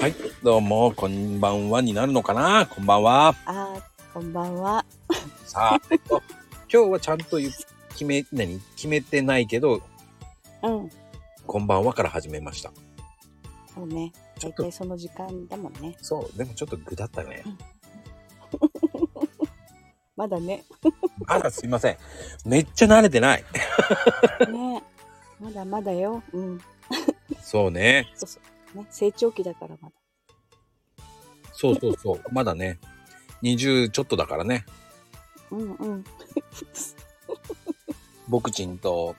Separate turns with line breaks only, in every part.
はい、どうも、こんばんはになるのかなこんばんは。
あーこんばんは。
さあ、えっと 今日はちゃんと言う決め、何決めてないけど、
うん。
こんばんはから始めました。
そうね。
ちょ
大
っと
体その時間だもんね。
そう、でもちょっと具だったね。
まだね。
あら、すいません。めっちゃ慣れてない。
ね。まだまだよ。うん。
そうね。
そうそう。ね。成長期だからまだ。
そうそうそう。まだね、20ちょっとだからね。
うんうん。
僕ちんと、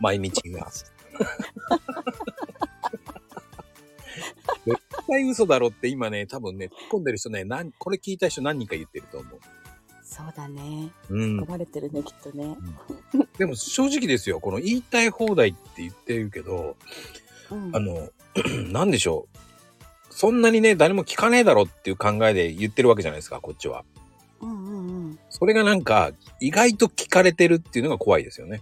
毎日が。 絶対嘘だろって今ね、多分ね、突っ込んでる人ね、なんこれ聞いた人何人か言ってると思う。
そうだね。
うん
込。まれてるね、きっとね。
でも正直ですよ、この言いたい放題って言ってるけど、
うん。
あの、 なんでしょう。そんなにね、誰も聞かねえだろっていう考えで言ってるわけじゃないですか、こっちは。
うんうんうん。
それがなんか、意外と聞かれてるっていうのが怖いですよね。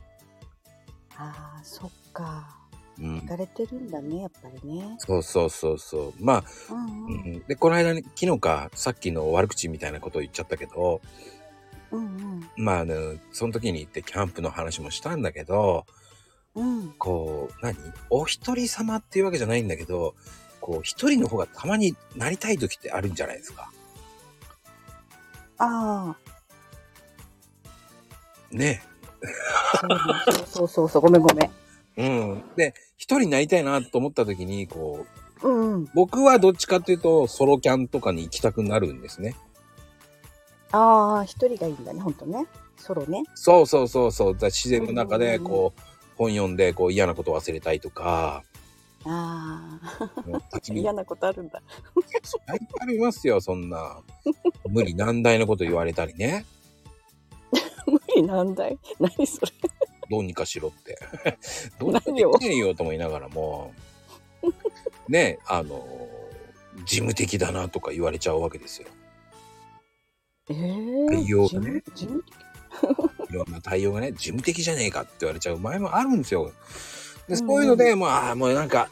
ああ、そっか。
うん
行。かれてるんだね、やっぱりね。
そうそうそうそう。まあ、
うん
う
うん。
んで、この間に、昨日か、さっきの悪口みたいなことを言っちゃったけど、
うん
まあ、あの、その時に行ってキャンプの話もしたんだけど、
うん。うん。
こう、何お一人様っていうわけじゃないんだけど、こう、一人の方がたまになりたい時ってあるんじゃないですか。
あ
ね。
あ、そうねそうそうそう。ごめんごめん。
うん。で、一人になりたいなと思った時に、こう、
うんうん。
僕はどっちかっていうと、ソロキャンとかに行きたくなるんですね。
ああ、一人がいいんだね、ほんとね。ソロね。
そうそうそうそう。だから自然の中で、
うん
こう、本読んで、こう、嫌なこと忘れたいとか、
ああ、
もう焚き火
嫌なことあるんだ。
大体ありますよ、そんな。無理難題のこと言われたりね。
無理難題 何それ
どうにかしろ って。どうにかできねえよと思いながらも、ね、あの、事務的だなとか言われちゃうわけですよ。
ええ
内容がね
自分
いろんな対応がね、事務的じゃねえかって言われちゃう場合もあるんですよ。でそういうので、まあ、もうなんか、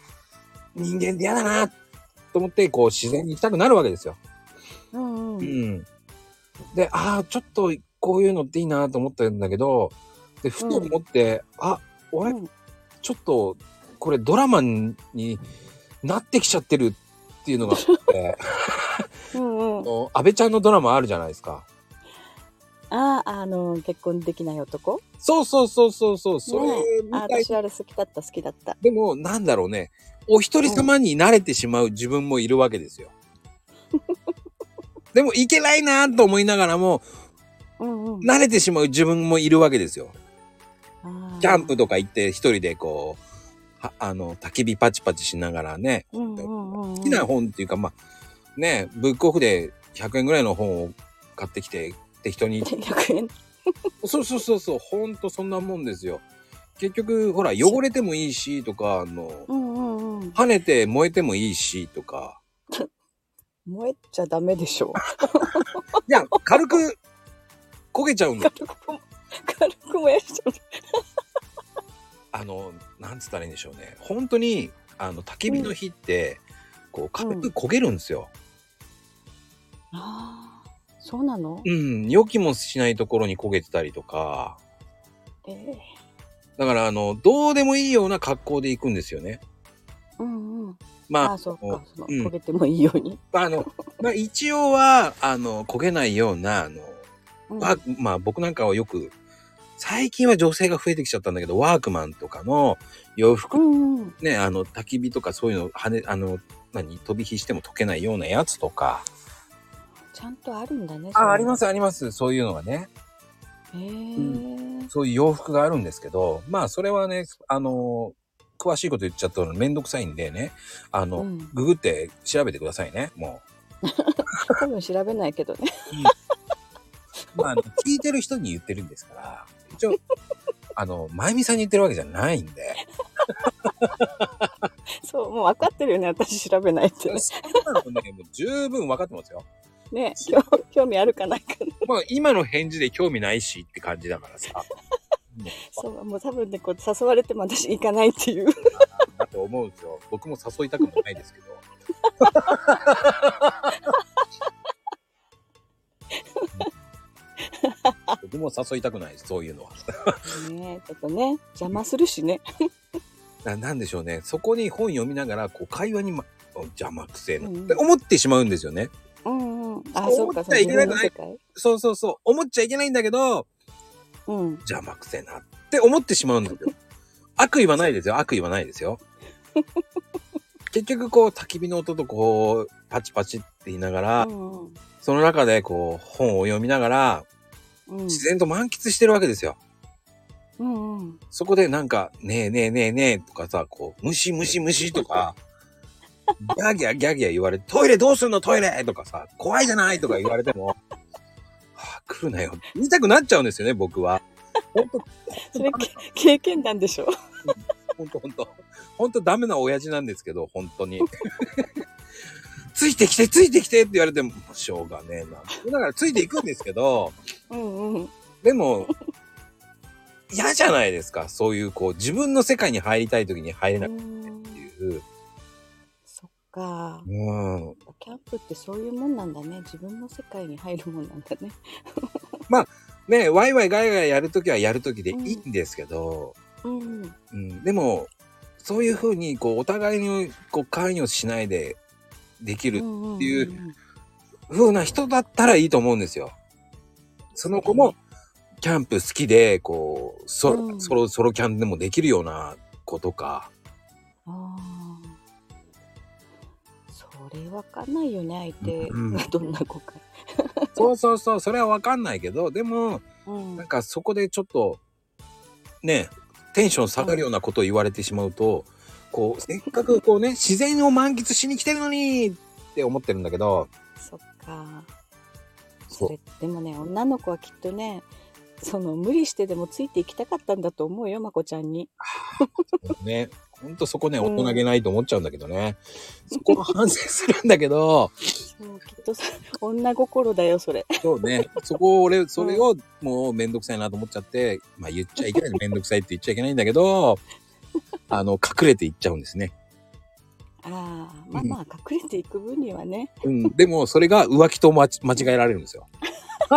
人間って嫌だなと思って、こう、自然に行きたくなるわけですよ。
うん
う
う
んん。で、ああ、ちょっとこういうのっていいなと思ったんだけど、で、ふと思って、あ、俺
うん
ちょっとこれドラマになってきちゃってるっていうのがあ って、
うん
あ
うん
の安倍ちゃんのドラマあるじゃないですか。
あああの結婚できない男
そうそうそうそうそう、そ
ね
れみ
あ
たい。
私あれ好きだった好きだった
でもなんだろうね、お一人様に慣れてしまう自分もいるわけです よ。でもいけないなと思いながらも、
うんうん
慣れてしまう自分もいるわけですよ。
あー
キャンプとか行って一人でこう、はあの、焚き火パチパチしながらね、
うんうんうんうん。
好きな本っていうか、まあ、ね、ブックオフで100円ぐらいの本を買ってきて、適当に
100円
そうそうそうそう、ほんとそんなもんですよ。結局、ほら、汚れてもいいし、とか、あの、
うんうんうん
跳ねて燃えてもいいし、とか。
燃えちゃダメでしょ
いや、軽く焦げちゃうんだ。
軽くも軽く燃やしちゃう
あの、なんつったらいいんでしょうね。本当に、あの、焚き火の日って、こう、軽く焦げるんですよ。
ああそうなの
うん、予期もしないところに焦げてたりとか。
ええ
だから、あの、どうでもいいような格好で行くんですよね。
うんうん
まあ、
あーそうかその
うん
焦げてもいいように
まああ の、まあ、一応は、あの、焦げないような、あの、
うん
ワークまあ僕なんかはよく、最近は女性が増えてきちゃったんだけど、ワークマンとかの洋服、
うんうん
ね、あの、焚き火とかそういうの、跳ね、あの、何、飛び火しても溶けないようなやつとか。
ちゃんとあるんだね
あ、ありますす、あります。そういうのがね、
ええ
そういう洋服があるんですけど、まあそれはね、あの、詳しいこと言っちゃったらめんどくさいんでね、あの、
うん
ググって調べてくださいね、も
多分調べないけどね
う。まあ、あの聞いてる人に言ってるんですから、一応、あの、まゆみさんに言ってるわけじゃないんで。
そう、もう分かってるよね、私調べないってね。
そんなのね、もう十分分かってますよ。
ね、興興味あるかないかね。
まあ、今の返事で興味ないしって感じだからさ。もう
そうもう多分ねこう誘われても私行かないっ ていう
だと思うんですよ。僕も誘いたくもないですけど。僕も誘いたくないです、そういうのは。
ねちょっとね邪魔するしね
ななんでしょうね。そこに本読みながら、こう会話に、ま、邪魔くせえなって思ってしまうんですよね。
うんうんあ
そう
そうか
思っちゃいけなく
の
ない
世界
そうそうそう。思っちゃいけないんだけど、
うん
邪魔くせえなって思ってしまうんですよ。悪意はないですよ。悪意はないです よ。結局こう焚き火の音とこうパチパチって言いながら、
うんうん
その中でこう本を読みながら
うん
自然と満喫してるわけですよ。
うんうん
そこでなんかねえねえねえねえとかさ、こうムシムシムシとか、ギャーギャーギャーギャー言われてトイレどうすんのトイレとかさ、怖いじゃないとか言われても、はあ、来るなよ。見たくなっちゃうんですよね、僕は。本当
それ経験談でしょ
本当本当本当ダメな親父なんですけど本当に ついてきてついてきてって言われてもしょうがねえなだからついていくんですけど
うんうん
でも嫌じゃないですかそういうこう自分の世界に入りたい時に入れなく
うん
ていう
そっか
うん
キャンプってそういうもんなんだね自分の世界に入るもんなんだね
ねワイワイガヤガヤやる時はやる時でいいんですけど、
うん
うん、でもそういうふうにこうお互いにこう関与しないでできる
っ
っていう風な人だったらいいと思うんですよ。その子もキャンプ好きで、こう、ソロ、
うん
ソロ、ソロキャンでもできるような子と か。
あーそれわかんないよね相手
うん
がどんな子か、
そうそうそう、それはわかんないけど、でも、
うん
なんかそこでちょっと、ね、テンション下がるようなことを言われてしまうと、こう、せっかくこうね、自然を満喫しに来てるのにって思ってるんだけど、
そっか
そ
そうれでもね女の子はきっとねその無理してでもついていきたかったんだと思うよまこちゃんに
ね、ほんとそこね、
う
大
ん
人げないと思っちゃうんだけどね。そこは反省するんだけど、
そうきっとさ女心だよそれ
そうね。そこを俺、それをもうめんどくさいなと思っちゃって、まあ言っちゃいけない。めんどくさいって言っちゃいけないんだけど、あの、隠れていっちゃうんですね。
ああまあまあ隠れていく分にはね
うん。でも、それが浮気とまち間違えられるんですよ。
あ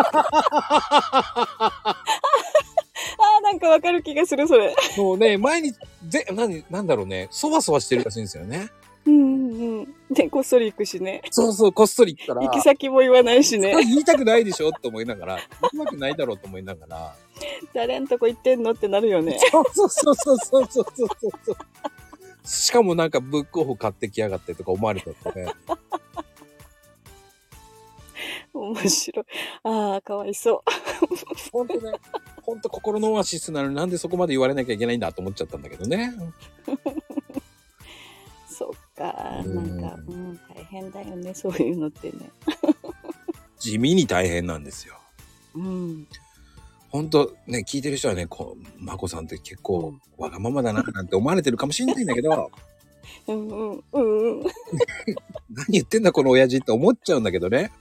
ーなんかわかる気がするそれ
もうね、毎日、ぜ、なに、なんだろうね、そわそわしてるらしいんですよね。
うんうんでこっそり行くしね
そうそう、こっそり言ったら、
行き先も言わないしね
言いたくないでしょと思いながら、言いたくないだろうと思いながら、
誰んとこ行ってんのってなるよね
そうそうそうそうそうそうそうそう。しかもなんかブックオフ買ってきやがってとか思われたとね。
面白いああかわいそ
本当ね、本当心のオアシスなのになんでそこまで言われなきゃいけないんだと思っちゃったんだけどね。
うそっか
うん
なんか、うん、大変だよね そういうのってね
地味に大変なんですよ。
うん
本当ね、聞いてる人はね、こう、まこさんって結構わがままだななんて思われてるかもしれないんだけど、
うんうんうんうん
何言ってんだこの親父って思っちゃうんだけどね。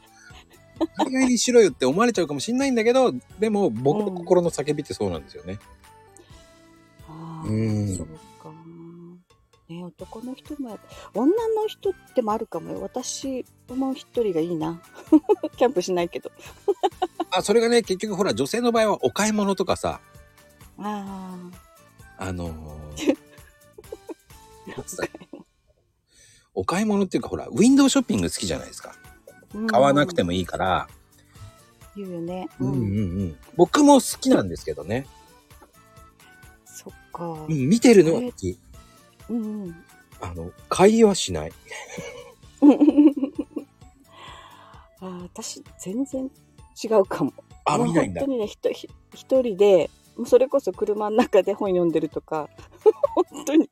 大概にしろよって思われちゃうかもしれないんだけど、でも僕の心の叫びってそうなんですよね。
ああ
うん
そうか。ね、男の人もや女の人ってもあるかもよ。私も一人がいいな。 キャンプしないけど。
あ、それがね、結局ほら女性の場合はお買い物とかさ、
あ
あのー お買い物っていうかほら、ウィンドウショッピング好きじゃないですか。
あ。
買わなくて
も。
もいいから、
言うよね。
う
うんん。
うんうん、僕も好きなんですけどね、
そっか
う。ん、見てるのは好き
うんうん。
あの会話しない
あー私全然違うかも。
あ
もう
見ないんだ
本当にねひとひ一人で、もうそれこそ車の中で本読んでるとか、 本当に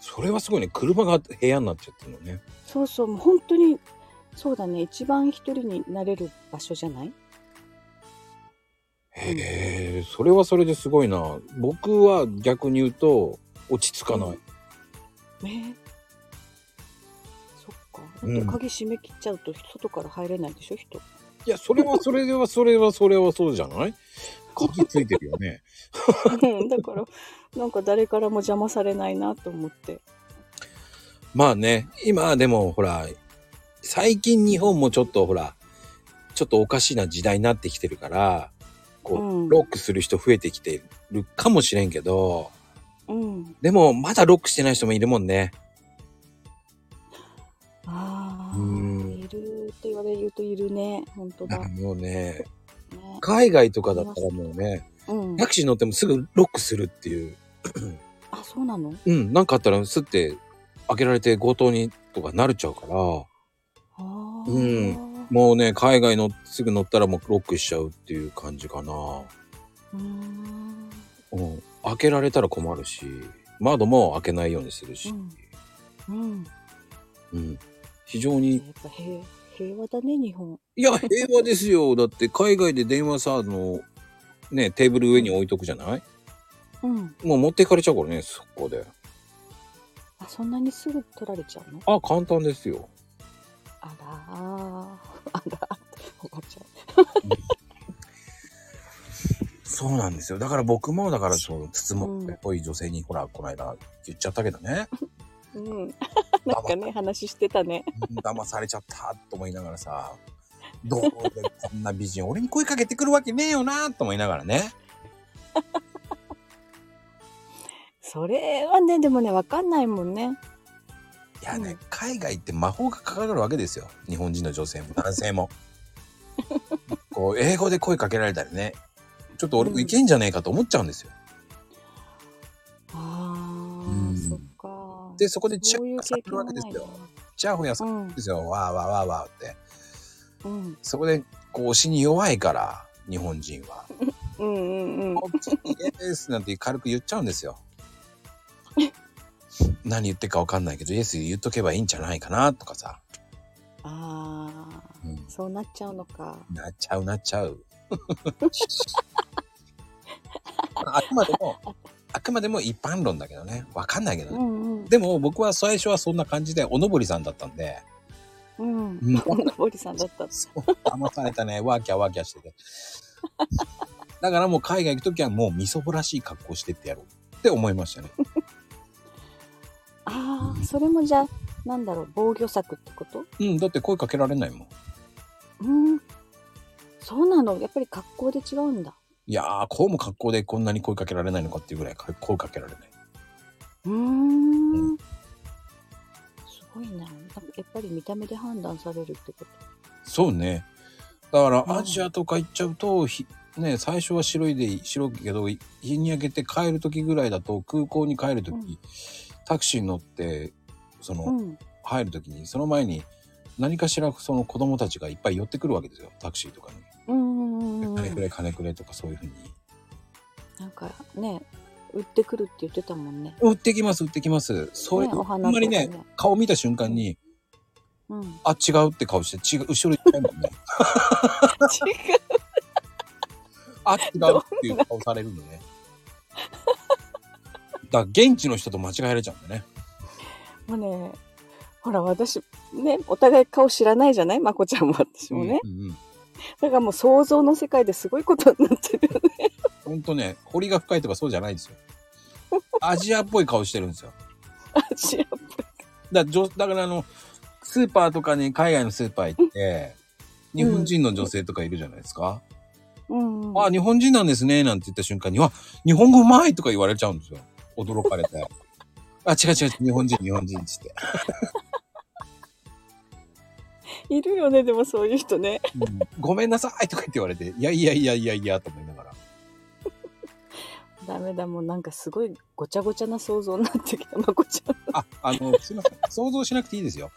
それはすごいね車が部屋になっちゃってるのね
そうそうもう本当にそうだね一番一人になれる場所じゃない？
へえそれはそれですごいな僕は逆に言うと落ち着かない、
うんねそっか。だ
うん
って鍵閉め切っちゃうと外から入れないでしょ人。
いやそれはそれではそれはそれはそうじゃない鍵ついてるよね。
うんだからなんか誰からも邪魔されないなと思って
まあね、今でもほら、最近日本もちょっとほら、ちょっとおかしな時代になってきてるから、こう、
うん
ロックする人増えてきてるかもしれんけど、
うん
でもまだロックしてない人もいるもんね。
ああ
うん
いるって言われるといるね本当だ
あ
ね
もうね、海外とかだったらもうね、
うん
タクシー乗ってもすぐロックするっていう。
あそうなの
うん、なんかあったらすって開けられて強盗にとかなるちゃうから、も
ああ
うんうね、海外のすぐ乗ったらもうロックしちゃうっていう感じかな。
うーん
うん、開けられたら困るし窓も開けないようにするし、
うん
うん非常
やっ
に
ぱ平平和だね日本
いや平和ですよだって海外で電話さあのねテーブル上に置いとくじゃない
うん
もう持っていかれちゃうからねそこで
あそんなにすぐ取られちゃうの
あ簡単ですよ
あらーあらおばちゃん
そうなんですよだから僕もだからそう筒
う
も
ん
っぽい女性にほらこの間言っちゃったけどね
うん、 なんかね話してたね
うん騙されちゃった と思いながらさどうでこんな美人俺に声かけてくるわけねえよなと思いながらね
それはねでもねわかんないもんね
いやね、
うん
海外って魔法がかかるわけですよ日本人の女性も男性も こう英語で声かけられたらねちょっと俺もいけんじゃねえかと思っちゃうんですよ
ああ、
うん
そっか
でそこでチャ
そうい
ッ
う
クされ
経
るわけ
験
で
で
よ
すすよ
チャホヤさ
うんん
ですよ、わーわーわーわーって
うん
そこでこう押しに弱いから日本人は
うんうんうん
こっちにイエスなんて軽く言っちゃうん ですよ何言ってるかわかんないけどイエス言っとけばいいんじゃないかなとかさ、
ああ
うん
そうなっちゃうのか
なっちゃうなっちゃう。あくまでも、あくまでも一般論だけどね。わかんないけど
う
ね。
んうん
でも僕は最初はそんな感じで、おのぼりさんだったんで、
うん
うん
ぼりさんだった
そう騙されたね、ワーキャーワーキャーしてて。だからもう海外行くときはもうみそぼらしい格好してってやろうって思いましたね。
ああそれもじゃあなんだろう防御策ってこと
うん、だって声かけられないもん。
うんそうなのやっぱり格好で違うんだ
いやー、こうも格好でこんなに声かけられないのかっていうぐらいか声かけられない。
うーんすごいななんかやっぱり見た目で判断されるってこと
そうね。だから
うん
アジアとか行っちゃうと、ひね、最初は白いで白いけどい日に焼けて帰る時ぐらいだと空港に帰る時、
うん
タクシーに乗ってその、
うん
入る時にその前に何かしらその子供たちがいっぱい寄ってくるわけですよタクシーとかに。
うんうんうんうん
金くれ金くれとかそういうふうに。
なんかね売ってくるって言ってたもんね。
売ってきます売ってきます。それ、
ねお
あん
花と
ま
か
りね顔見た瞬間に
うん、違
あ違うって顔して違う後ろ行っちゃうもんね。あ違うっていう顔されるのね。だから現地の人と間違えられちゃうんだね。
う。もうね、ほら私ね、お互い顔知らないじゃない、まこちゃんも私もね。
うんうんうん。
だからもう想像の世界ですごいことになってる。
ほんとね、彫りが深いとかそうじゃないんですよ。アジアっぽい顔してるんですよ。
私やっ
だじょだからあの、スーパーとかに海外のスーパー行って、
ん
日本人の女性とかいるじゃないですか。
うんうん。
あ、日本人なんですね、なんて言った瞬間に、わ、日本語うまいとか言われちゃうんですよ。驚かれて。あ、違う違う、日本人、日本人っつって。
いるよね、でもそういう人ね。
うんごめんなさいとか言って言われて、いやいやいやいやいやと思いながら。
ダメだもうなんかすごいごちゃごちゃな想像になってきた まこちゃん。
あ、あの、すいません。想像しなくていいですよ。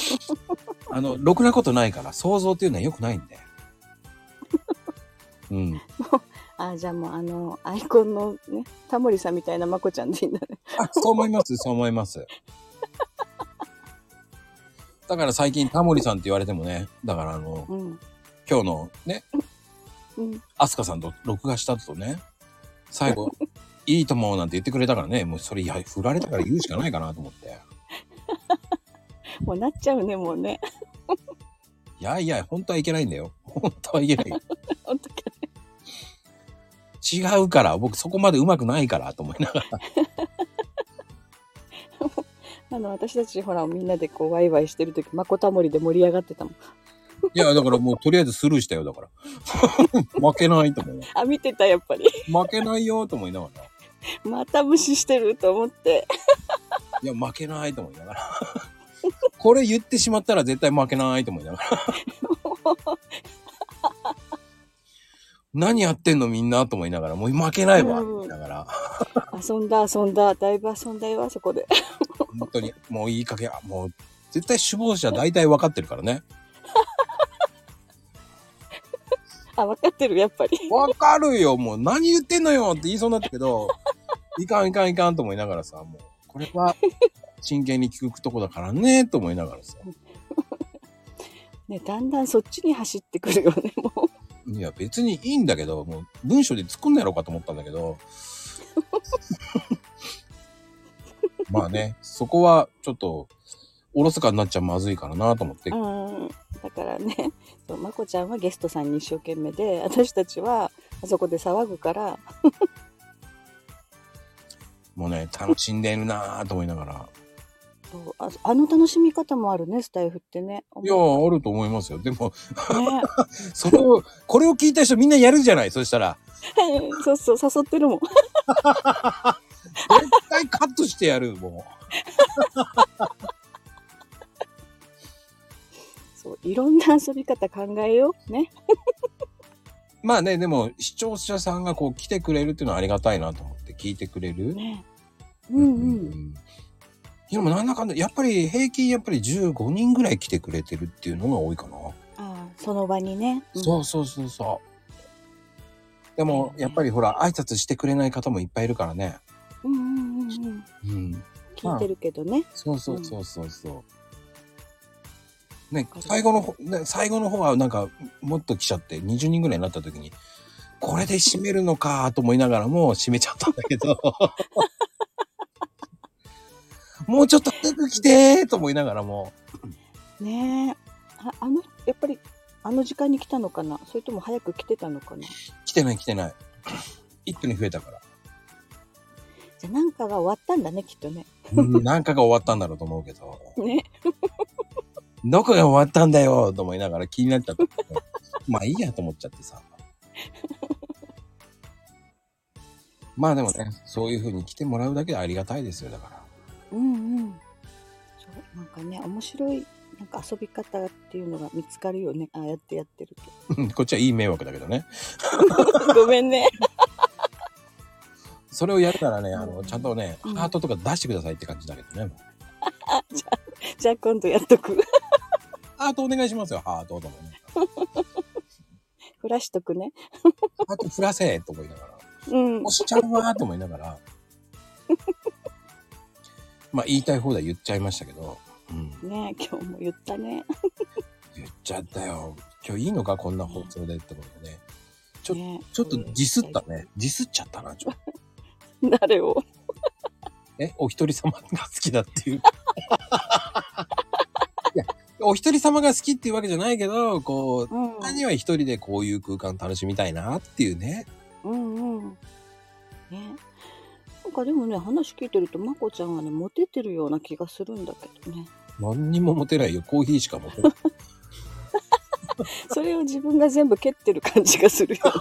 あの、ろくなことないから、想像っていうのは良くないんで。うん。
あ、じゃあもうあのアイコンのねタモリさんみたいなまこちゃんでいいんだね。
あ、そう思います、そう思います。だから最近タモリさんって言われてもね、だからあの、
うん
今日のね、
うん。
アスカさんと録画した後ね、最後、いいともなんて言ってくれたからね、もうそれ、いや、振られたから言うしかないかなと思って。
もうなっちゃうねもうね。
いやいや、本当はいけないんだよ。本当はいけない。
本当か
違うから、僕そこまで上手くないからと思いながら。
あの、私たちほら、みんなでこう、ワイワイしてる時、まこたもりで盛り上がってたもん。
いや、だからもうとりあえずスルーしたよ、だから。 負けないと思う。
あ、見てた、やっぱり。
負けないよと思いながら。
また無視してると思って。
いや、負けないと思いながら。 これ言ってしまったら絶対負けないと思いながら。何やってんのみんなと思いながら、もう負けないわ、
うん
だから、
遊んだ、遊んだ、だいぶ遊んだよ、あそこで。
本当に、もういい加減、あもう、絶対首謀者大体分かってるからね。
あ、分かってる、やっぱり。
分かるよ、もう何言ってんのよって言いそうになったけ ど、いかんいかんいかんと思いながらさ、もう、これは真剣に聞くとこだからね、と思いながらさ。
ね、だんだんそっちに走ってくるよね、も
いや、別にいいんだけど、もう文章で突っ込んでやろうかと思ったんだけど。 まあね、そこはちょっと、おろそかになっちゃまずいからなと思って
う。。うん。だからね、 そうまこちゃんはゲストさんに一生懸命で、私たちはあそこで騒ぐから、
もうね、楽しんでるなと思いながら。
そうああの楽しみ方もあるね、スタイフってね。
いやー、あると思いますよ。でも、
ね、
それを、これを聞いた人みんなやるじゃないそしたら、
そうそう、誘ってるもん。
絶対カットしてやる、も
そう、いろんな遊び方考えよう。ね。
う。まあね、でも、視聴者さんがこう来てくれるっていうのはありがたいなと思って、聞いてくれる。
ね。うんうん。
でもなんだかんだやっぱり平均やっぱり15人ぐらい来てくれてるっていうのが多いかな、
ああ、その場にね。うん
そうそうそうそうでもやっぱりほら挨拶してくれない方もいっぱいいるからね
うんうんう
う
んうん。
ん
聞いてるけどね。
そうそうそうそうそうね最後のほね最後の方はなんかもっと来ちゃって20人ぐらいになった時にこれで締めるのかと思いながらも締めちゃったんだけどもうちょっと早く来てーと思いながらも
ねえああのやっぱりあの時間に来たのかなそれとも早く来てたのかな
来てない来てない一挙に増えたから
じゃあなんかが終わったんだねきっとね
うんなんかが終わったんだろうと思うけど
ね
どこが終わったんだよと思いながら気になっちゃった まあいいやと思っちゃってさ まあでもねそういう風に来てもらうだけでありがたいですよだから
うんうんそうなんかね面白いなんか遊び方っていうのが見つかるよねああやってやってる
うんこっちはいい迷惑だけどね
と ごめんね
それをやるならねあのちゃんとねハートとか出してくださいって感じだけどね
じゃあ今度やっとく
ハートお願いしますよハートとかね
フラしとくね
ハート振らせと思いながら
うん
押しちゃうわーと思いなが らまあ言いたい放題言っちゃいましたけど、うん、
ねえ今日も言ったね
言っちゃったよ今日いいのかこんな放送でってことでねちょ
ね
ちょっとディスったねディスっちゃったなちょっと
誰を
えお一人様が好きだっていう いやお一人様が好きっていうわけじゃないけどこう
うん
何は一人でこういう空間楽しみたいなっていうね
うんうんねなんかでもね話聞いてるとまこちゃんはねモテてるような気がするんだけ どね
何にも持てないよコーヒーしか持てない
それを自分が全部蹴ってる感じが するよね。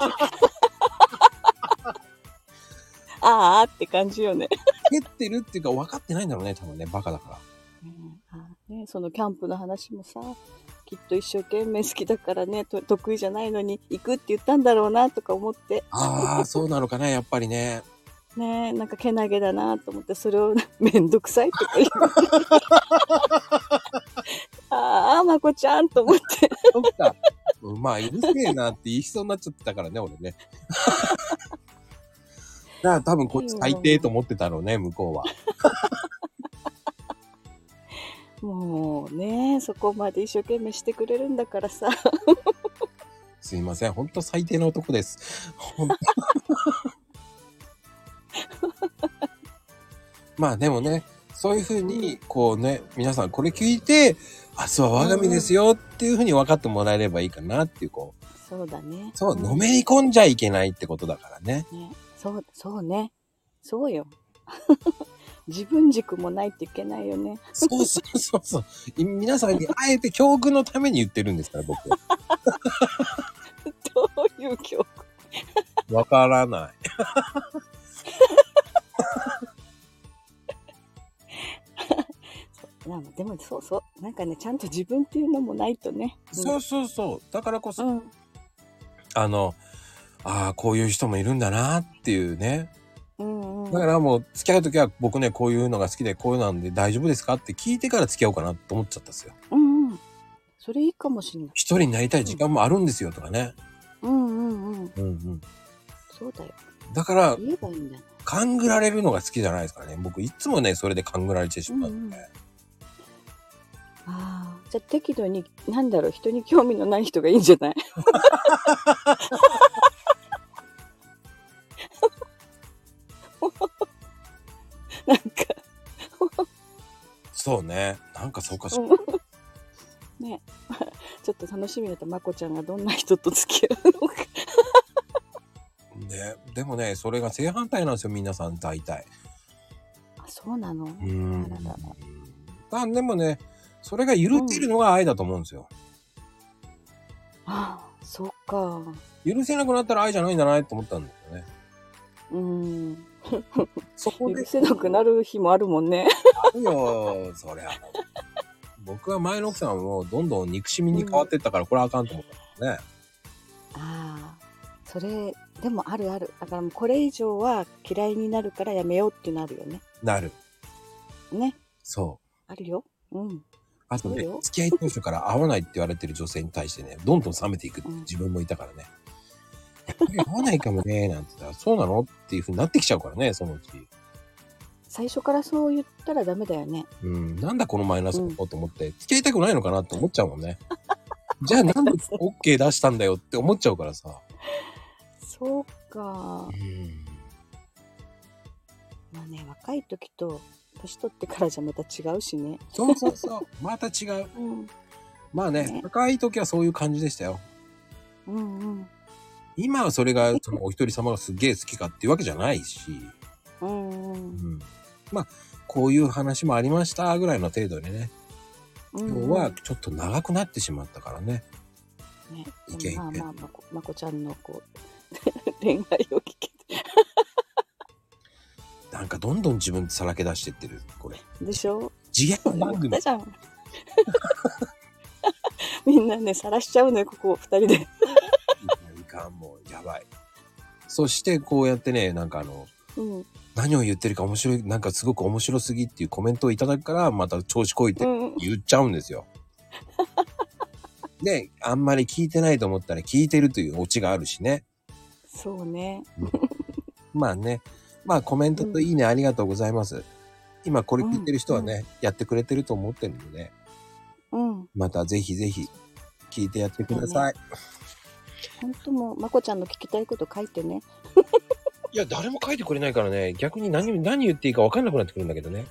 ああって感じよね。
蹴ってるっていうか分かってないんだろうね多分ねバカだから
ねそのキャンプの話もさきっと一生懸命好きだからねと得意じゃないのに行くって言ったんだろうなとか思って
ああ、そうなのかな、やっぱりね。
ねなんかけなげだなと思ってそれをめんどくさい とか言うああまこちゃんと思って
そっか。まあ、うるせえなって言いそうになっちゃってたからね、俺ね。 だから多分こっち最低と思ってたろうね、向こうは。
もうねそこまで一生懸命してくれるんだからさ
すいません、ほんと最低な男です。ほんと まあでもね、そういうふうに、こうね、皆さんこれ聞いて、明日は我が身ですよっていうふうに分かってもらえればいいかなっていう、こう、
そうだね。
そう、
ん
のめり込んじゃいけないってことだからね。
ね、そう、そうね。そうよ。 自分軸もないといけないよね。
そうそうそうそう。い皆さんにあえて教訓のために言ってるんですから、僕。
どういう教訓
わからない。
なのでもそうそうなんかねちゃんと自分っていうのもないとね
そうそうそう。だからこ
う
そ、
ん、
あの、ああ、こういう人もいるんだなっていうね。
うんうん
だからもう、付き合うときは僕ね、こういうのが好きで、こういうのなんで大丈夫ですかって聞いてから付き合おうかなと思っちゃったんですよ。
うんうんそれいいかもしれない
一人になりたい時間もあるんですよとかね。
うんうんうん
うんうん。
そうだよ
だから、
言えばいいんだよ
勘ぐられるのが好きじゃないですからね。僕、いつもね、それで勘ぐられてしまうんで。
うんああじゃあ適度になんだろう人に興味のない人がいいんじゃない なんか
そうね。なんかそうかしら。
うんね ちょっと楽しみだったまこちゃんがどんな人と付き合うのか
ね、でもね、それが正反対なんですよ、皆さん大体。
あそうなの
うん
あららら。
あでもね、それが許ってるのが愛だと思うんですよ。
ああそうか
許せなくなったら愛じゃないんだなと思ったんですよね。
うん
そこ
許
で、
せなくなる日もあるもんね。
いいよ、そりゃ。僕は前の奥さんをどんどん憎しみに変わってったから、これはあかんと思ったんですね。
ああ、それでもあるある。だからもうこれ以上は嫌いになるからやめようってなるよね。
なる。
ね、
そう。
あるよ。うん。
あとね
そうよ、
付き合い当初から合わないって言われてる女性に対してね、どんどん冷めていく
うん
自分もいたからね。やっぱり合わないかもね、なんて言ったら、そうなのっていうふうになってきちゃうからね、そのうち。
最初からそう言ったらダメだよね。
うん、なんだこのマイナスの
うん
と思って、付き合いたくないのかなって思っちゃうもんね。 じゃあなんで OK 出したんだよって思っちゃうからさ。
そうか
う。ん。
まあね、若い時と年取ってからじゃまた違うしね。
そうそうそう。また違う。
うん。
まあね
ね、
若い時はそういう感じでしたよ。
うんうん。
今はそれが、そのお一人様がすげえ好きかっていうわけじゃないし。
うんう。
うんん。まあ、こういう話もありましたぐらいの程度でね。
うん
今日はちょっと長くなってしまったからね。
ね、
いけいけ
でもまあまあまこ、まこちゃんのこう、 恋愛を聞けて。
なんかどんどん自分さらけ出してってる。これ。
でしょ
次元番組
だ。じゃん。 みんなね、晒しちゃうのよ、ここ、二人で。
いかんもうやばいそしてこうやってねなんかあの
うん。うん
何を言ってるか面白いなんかすごく面白すぎっていうコメントをいただくからまた調子こいて
うん。
言っちゃうんですよ、であんまり聞いてないと思ったら聞いてるというオチがあるしね
そうね。
まあねまあコメントといいね、ありがとうございます今これ聞いてる人はね、やってくれてると思ってるので
うん。
またぜひぜひ聞いてやってください、
本当もう、まこちゃんの聞きたいこと書いてね。
いや誰も書いてくれないからね逆に何何言っていいか分かんなくなってくるんだけどね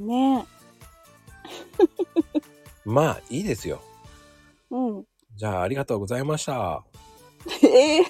ね
まあいいですよ
え。うん。
じゃあありがとうございました。
ええ